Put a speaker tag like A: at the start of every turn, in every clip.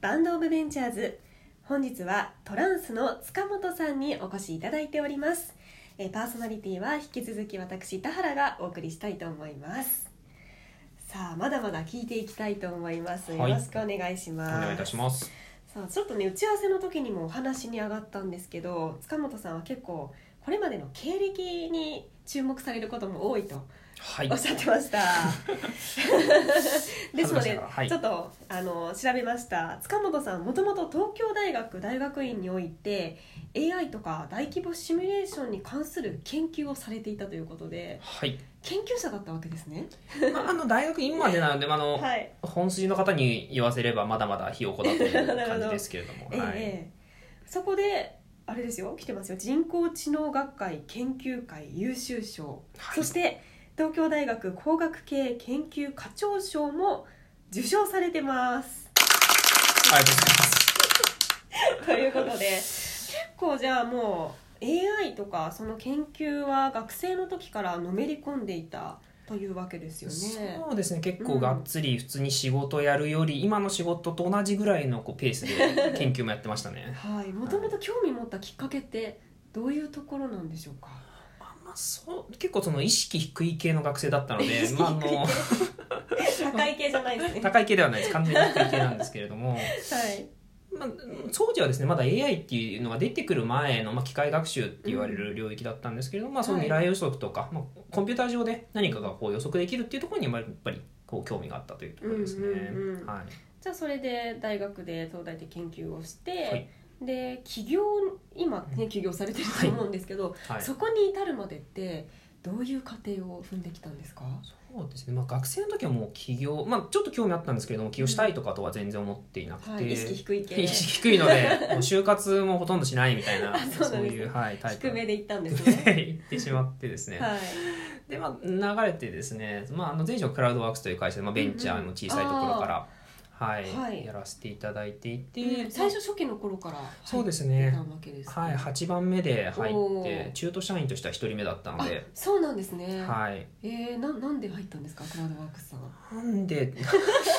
A: バンド・オブ・ベンチャーズ本日はトランスの塚本さんにお越しいただいておりますえーパーソナリティは引き続き私田原がお送りしたいと思いますさあまだまだ聞いていきたいと思います、
B: はい
A: よろしくお願いし
B: お
A: ます
B: 願いいたします。
A: さあちょっとね打ち合わせの時にもお話に上がったんですけど塚本さんは結構これまでの経歴に注目されることも多いと
B: はい
A: おっ。しゃってま した。ですの
B: 恥ずかしい
A: で、
B: からはい
A: ちょっとあの調べました。塚本さんもともと東京大学大学院において AI とか大規模シミュレーションに関する研究をされていたということで、
B: はい。
A: 研究者だったわけですね。
B: まあ、あの大学院までなので、まああの、
A: はい。
B: 本筋の方に言わせればまだまだひよこだという感じですけれども、
A: ええ
B: はい。
A: ええそこであれですよ、来てますよ。人工知能学会研究会優秀賞、
B: はい
A: そして東京大学工学系研究課長賞も受賞されてます。
B: ありがとうございます。
A: ということで結構じゃあもう AI とかその研究は学生の時からのめり込んでいたというわけですよね。
B: そうですね結
A: う
B: 構
A: ん
B: がっつり普通に仕事やるより、今の仕事と同じぐらいのこうペースで研究もやってまし たね
A: はい、もともと興味持ったきっかけってどういうところなんでしょうか。
B: あんまそう結構その意識低い系の学生だったの
A: 意
B: で
A: 識低い系
B: まああの
A: 高い系じゃないですね。
B: 高い系ではないです完全に低い系なんですけれども
A: はい。
B: まあ、当時はですねまだ AI っていうのが出てくる前の、まあ、機械学習って言われる領域だったんですけれども、まあ、その未来予測とか、まあ、コンピューター上で何かがこう予測できるっていうところにまあやっぱりこう興味があったというところですね。
A: うんうんうん
B: はい、
A: じゃあそれで大学で東大で研究をして、
B: はい
A: で起業今ね起業されてると思うんですけど、
B: はい
A: そこに至るまでってどういう過程を踏んできたんですか。
B: そうですね、まあ、学生の時はもう起業、まあ、ちょっと興味あったんですけれども起業したいとかとは全然思っていなくて、
A: はい、意識低い系。
B: 意識低い のでもう就活もほとんどしないみたいな
A: そうなんですね
B: いう、はい、タイプ
A: 低め
B: で
A: で行ったんです ね。
B: 行ってしまってですね、
A: はい。
B: で、まあ、流れてですね、まあ、あの前職クラウドワークスという会社で、まあ、ベンチャーの小さいところから、はい
A: はい
B: やらせていただいていて、
A: うん最初初期の頃から
B: そうです
A: 入って
B: ね
A: た、わけですね、
B: はい、8番目で入
A: お
B: っ
A: ー
B: て中途社員としては1人目だったの
A: あ
B: で、
A: そうなんですね。
B: はい、
A: えー、ななんで入ったんですかクラウドワークスさんは。
B: なんで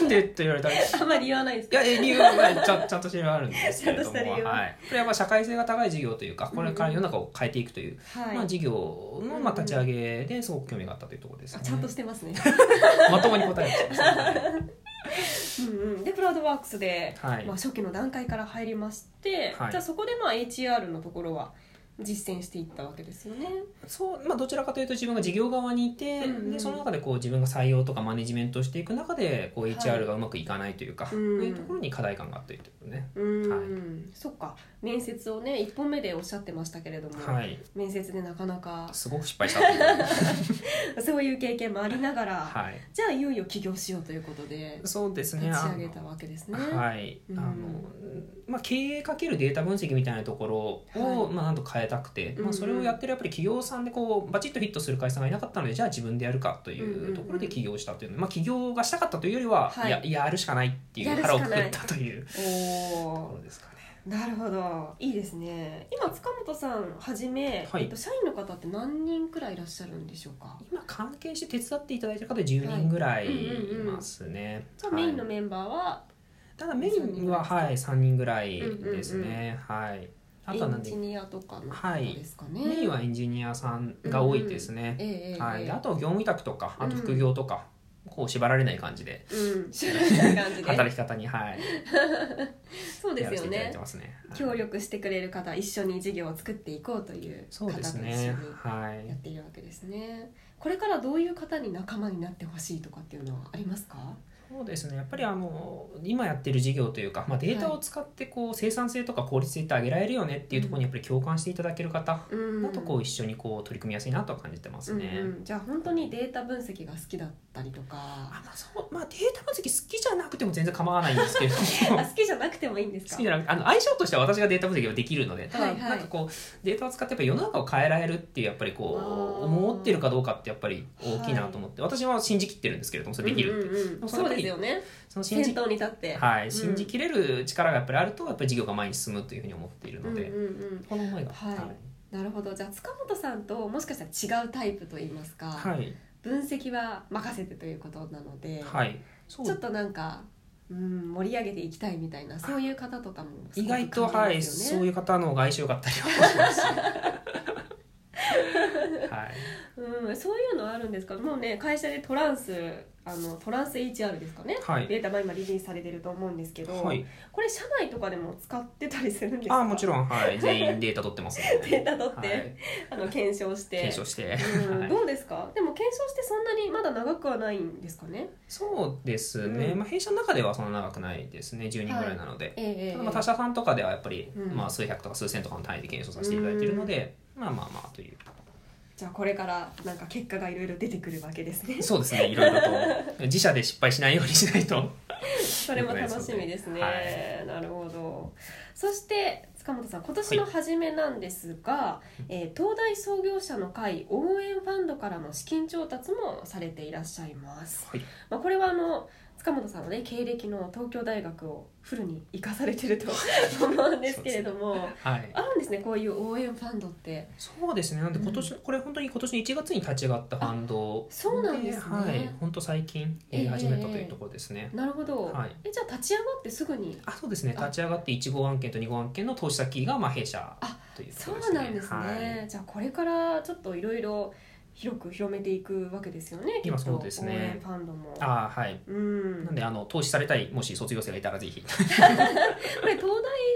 B: なんでって言われたらい
A: あんまり言わないですか。
B: やえ理由はまあちゃんちゃんとした理由はあるんですけれども、
A: ちゃんとした理由は
B: はい、これはやっぱ社会性が高い事業というかこれから世の中を変えていくという、
A: はい。
B: まあ、事業のまあ立ち上げですごく興味があったというところです、
A: あ
B: ね、
A: ちゃんとしてますね。
B: まともに答えてました、はい
A: うんうん。でクラウドワークスで、
B: はい
A: まあ初期の段階から入りまして、
B: はい
A: じゃあそこでまあ HR のところは実践していったわけですよね。
B: そうまあ、どちらかというと自分が事業側にいて、
A: うんうん
B: でその中でこう自分が採用とかマネジメントをしていく中でこう
A: い
B: HR がうまくいかないというか、
A: ん
B: そういうところに課題感があったというところね、
A: うん、
B: はい
A: そっか面接をね一本目でおっしゃってましたけれども、
B: はい、
A: 面接でなかなか
B: すごく失敗したというか
A: そういう経験もありながら、
B: はい、
A: じゃあいよいよ起業しようということで
B: そうですね
A: 立ち
B: あ
A: 上げ
B: の
A: たわけですね。
B: はい、
A: うん
B: あのまあ、経営かけるデータ分析みたいなところを、
A: はい
B: まあ、なんと変えたくて、
A: うんう
B: ま
A: ん
B: あ、それをやってるやっぱり企業さんでこうバチッとヒットする会社がいなかったのでじゃあ自分でやるかと
A: うんうん
B: い
A: うん
B: うところで起業したというのでまあ、起業がしたかったというよりは、
A: はい
B: ややるしかないってい
A: や
B: う
A: るし
B: 腹
A: か
B: を
A: ない
B: くくったとい
A: お
B: うとこ
A: お
B: ろですかね。
A: なるほどいいですね今塚本さんはじめ、
B: はい
A: えっと、社員の方って何人くらいいらっしゃるんでしょうか
B: 今関係して手伝っていただいてる方で10人ぐら
A: は
B: い
A: い
B: い
A: うんうんうん
B: ますね、
A: じゃあ
B: は
A: メ
B: い
A: インのメンバーは
B: ただメインははい3人ぐらいですね、はいあ
A: エ
B: とはなん
A: ン
B: で
A: ジニアとかの方
B: はい
A: ですかね、
B: メインはエンジニアさんが多いですね、
A: ええええ
B: はい、
A: え
B: で
A: え
B: あとは業務委託とかあと副業とか、こう縛られない感じで
A: うん知らない感じで
B: 働き方に、はい、
A: そうで
B: や
A: す
B: らせ
A: よ
B: ていただい
A: ね
B: てますねはい
A: 協力してくれる方一緒に事業を作っていこうという方
B: そう
A: と
B: で
A: 一
B: す
A: 緒に
B: ねは
A: やっ
B: い
A: ているわけですね。これからどういう方に仲間になってほしいとかっていうのはありますか？
B: そうですねやっぱりあの今やってる事業というか、まあ、データを使ってこう生産性とか効率性って上げられるよねっていうところにやっぱり共感していただける方
A: うん
B: だとこう一緒にこう取り組みやすいなとは感じてますね。
A: うんうんじゃあ本当にデータ分析が好きだったりとか、
B: あまあ、そうまあデータ分析好きじゃなくても全然構わないんですけ れど
A: あ
B: も。
A: 好きじゃなくてもいいんで
B: 好
A: す
B: き
A: か？
B: じゃなくてあの相性としては私がデータ分析はできるのでた
A: は
B: だ
A: いはい
B: なんかこうデータを使ってやっぱ世の中を変えられるっていうやっぱりこ
A: あー
B: う思ってるかどうかってやっぱり大きいなと思って私は信じきってるんですけれどもそれできるって
A: うんうんうんそうですよね。
B: その信
A: 先
B: じ
A: 頭に立って、
B: は
A: ん
B: い信じきれる力がやっぱりあるとやっぱり事業が前に進むというふうに思っているの
A: うんうん
B: で
A: うん。
B: この思いが
A: はい
B: は
A: なるほど。じゃあ塚本さんともしかしたら違うタイプといいますか、
B: いはい
A: 分析は任せてということなので、
B: はいそ
A: ちょ
B: う
A: っとなんか。うん、盛り上げていきたいみたいなそういう方とかもす
B: 意
A: ごく
B: 外と、
A: 感
B: は
A: じ
B: い、
A: ますよ
B: そう
A: ね
B: いう方の方が相性良かったりはします。はい。
A: うん、そういうのあるんですかもうね会社でトランスあのトランス HR ですかね
B: はい。
A: データが今リリースされてると思うんですけど、
B: はい。
A: これ社内とかでも使ってたりするんですか
B: あ、もちろん、 はい、全員データ取ってますので。
A: データ 取って
B: はい
A: あの検証して
B: 検証して。
A: うん
B: はい
A: どうですかでも検証してそんなにまだ長くはないんですかね
B: そうですね、
A: うん
B: まあ、弊社の中ではそんな長くないですね10人ぐらいなので、
A: え
B: ただまあ他社さんとかではやっぱり、
A: うん
B: まあ、数百とか数千とかの単位で検証させていただいているので、まあまあまあという
A: じゃあこれからなんか結果がいろいろ出てくるわけですね
B: そうですねいろいろと自社で失敗しないようにしない と
A: それも楽しみですね、
B: は
A: なるほどそして塚本さん今年の初めなんですが、えー東大創業者の会応援ファンドからの資金調達もされていらっしゃいます、
B: はい
A: まあ、これはあの塚本さんのね経歴の東京大学をフルに生かされてる と思うんですけれども、
B: はい
A: あるんですねこういう応援ファンドって
B: そうですねなんで今年、これ本当に今年1月に立ち上がったファンド
A: そうなんですね
B: はい本当最近、えー
A: ええ
B: 始めたというところですね、
A: なるほど、
B: はい
A: えじゃあ立ち上がってすぐに
B: あそうですね
A: あ
B: 立ち上がって1号案件と2号案件の投資先がまあ弊社
A: あ
B: というと
A: そ
B: ころ
A: うなんですね、
B: はい
A: じゃあこれからちょっといろいろ広く広めていくわけですよね
B: 今
A: きっと
B: そうですね
A: 応援ファンドも
B: あーはい
A: うん
B: なんであの投資されたいもし卒業生がいたら ぜひ
A: これ東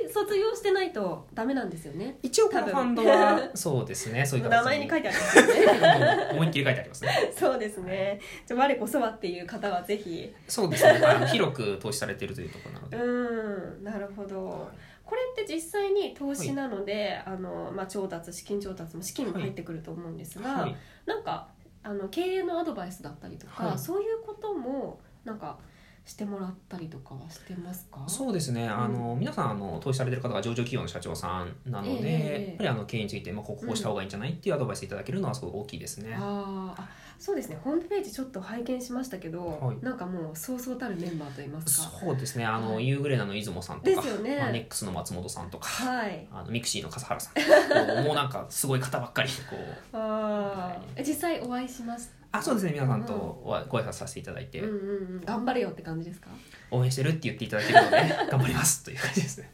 A: 大卒業してないとダメなんですよね
B: 一応このファンドはそうですねそういう
A: 名前に書
B: い
A: いてありますよね
B: 思いっきり書いてありますね
A: そうですねじゃあ我こそはっていう方はぜひ
B: そうですね、まあ、広く投資されているというところなの
A: う
B: で、
A: んなるほどこれって実際に投資なので、あのまあ、調達資金調達も資金も入ってくると思うんですが、
B: はい、
A: なんかあの経営のアドバイスだったりとか、
B: はい
A: そういうこともなんかしてもらったりとかはしてますか
B: そうですねあの、皆さんあの投資されてる方が上場企業の社長さんなの
A: え
B: で、
A: え
B: やっぱりあの経営について、まあ、こうこうした方がいいんじゃないっていうアドバイスいただけるのはすごく大きいですね、
A: あーあそうですねホームページちょっと拝見しましたけど、
B: はい
A: なんかもうそうそうたるメンバーといいますか
B: そうですねあの、
A: はい
B: ユーグレナの出雲さんと
A: で
B: か、
A: すよね
B: まあ、ネックスの松本さんとか
A: はい
B: あのミクシーの笠 原さんこうもうなんかすごい方ばっかりこう
A: あーえ実際お会いします
B: あそうですね皆さんとおご挨拶させていただいて、
A: うんうんうん頑張れよって感じですか
B: 応援してるって言っていただけるので 頑張りますという感じですね。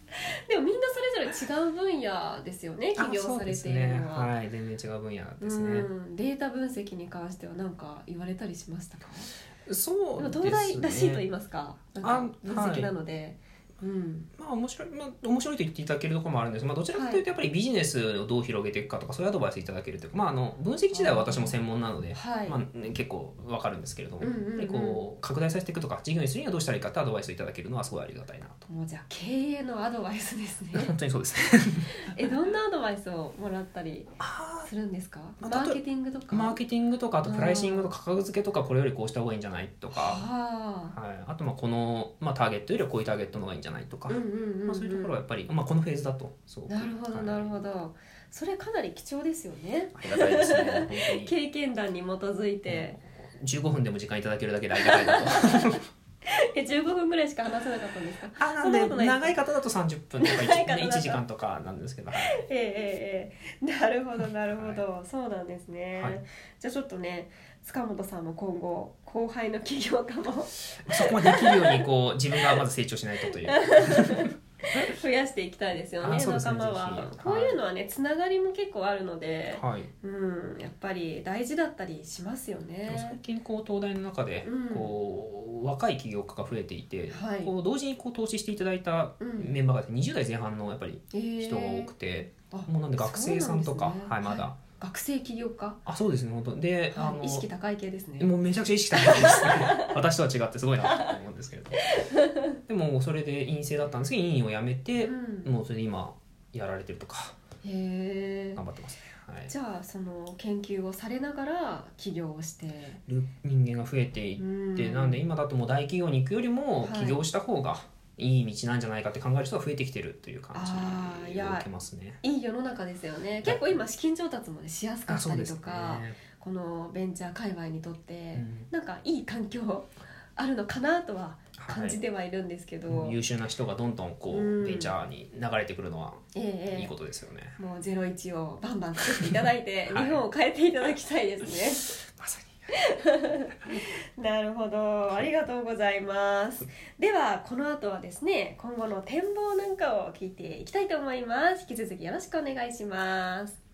A: でもみんなそれぞれ違う分野ですよ ね起業
B: あそ
A: さ
B: う
A: れ
B: です
A: ている
B: ね。
A: のは、
B: はい、全然違う分野
A: う
B: ですね。
A: んデータ分析に関しては何か言われたりしましたか
B: そ
A: で
B: う
A: も
B: ですね。
A: 東大らしいと言いますかなんか
B: あ
A: 分
B: はい
A: 析なので、うん
B: まあ面白いまあ面白いと言っていただけるところもあるんです。まあどちらかというとやっぱりビジネスをどう広げていくかとかそういうアドバイスいただけるというか、まああの分析自体は私も専門なので。
A: はい、
B: まあね結構わかるんですけれども、
A: うんうんうん
B: でこう拡大させていくとか事業にするにはどうしたらいいかってアドバイスいただけるのはすごいありがたいなと
A: もうじゃあ経営のアドバイスですね
B: 本当にそうですね
A: えどんなアドバイスをもらったり
B: あ
A: するんですか
B: ま
A: マ
B: あ
A: ーケティングとか
B: ーマーケティングとかあとプライシングとか価格付けとかこれよりこうした方がいいんじゃないとか
A: あ
B: はい、あとまあこの、まあ、ターゲットよりはこういうターゲットの方がいいんじゃないと
A: あ
B: か、
A: うんうんうん、
B: まあ、そういうところはやっぱり、まあ、このフェーズだとすごく
A: なるほど
B: はい
A: なるほどそれかなり貴重ですよね
B: ありがたいですね本当に
A: 経験談に基づいて、
B: 15分でも時間いただけるだけでありがたいな と
A: え15分ぐらいしか話せなかったんですか
B: あ
A: なんで長
B: 長い方だと30分とか 1,
A: 長い方だと
B: 時間とかなんですけど、はい
A: ええええええなるほどなるほど、そうなんですね、
B: はい
A: じゃあちょっとね塚本さんも今後後輩の起業家も
B: そこまでできるようにこう自分がまず成長しない とという
A: 増やしていきたいですよね
B: あそうです
A: 仲間
B: ね
A: は
B: ぜひ
A: こういうのはねつながりも結構あるので、
B: はい
A: うんやっぱり大事だったりしますよ
B: でも
A: ね
B: 最近こう東大の中で
A: うん
B: こう、若い起業家が増えていて、
A: はい
B: こう同時にこう投資していただいた
A: うん
B: メンバーが20代前半のやっぱり人
A: 人
B: が多くて、
A: あ
B: もうなんで学生さんと
A: そう
B: か
A: なんですね
B: はい、まだ、
A: 学生起業家、
B: あそうですね本当で、あ
A: は
B: の
A: い、意識高い系ですね
B: もうめちゃくちゃ意識高 いですね私とは違ってすごいなと思うんですけれどでもそれで陰性だったんですけど陰をやめて
A: う、ん、
B: もうそれで今やられてるとか
A: へえ
B: 頑張ってますね、はい、
A: じゃあその研究をされながら起業をして
B: る人間が増えていって、
A: で
B: なんで今だともう大企業に行くよりも
A: はい
B: 起業した方がいい道なんじゃないかって考える人が増えてきてるという感
A: あーい
B: じ
A: や
B: を受けますね
A: いい世の中ですよね結構今資金調達もねしやすか
B: あ
A: っ
B: そ
A: た
B: う
A: り
B: です
A: と
B: ね
A: か、このベンチャー界隈にとって、
B: うん
A: なんかいい環境あるのかなとは
B: は
A: 感じ
B: い
A: てはいるんですけど、
B: 優秀な人がどんどんこ
A: うん
B: うベンチャーに流れてくるのは
A: ええええ
B: いいことですよね、
A: もうゼロ一をバンバン作っていただいて、
B: はい
A: 日本を変えていただきたいですね。
B: まさに
A: なるほどありがとうございますではこの後はですね今後の展望なんかを聞いていきたいと思います引き続きよろしくお願いします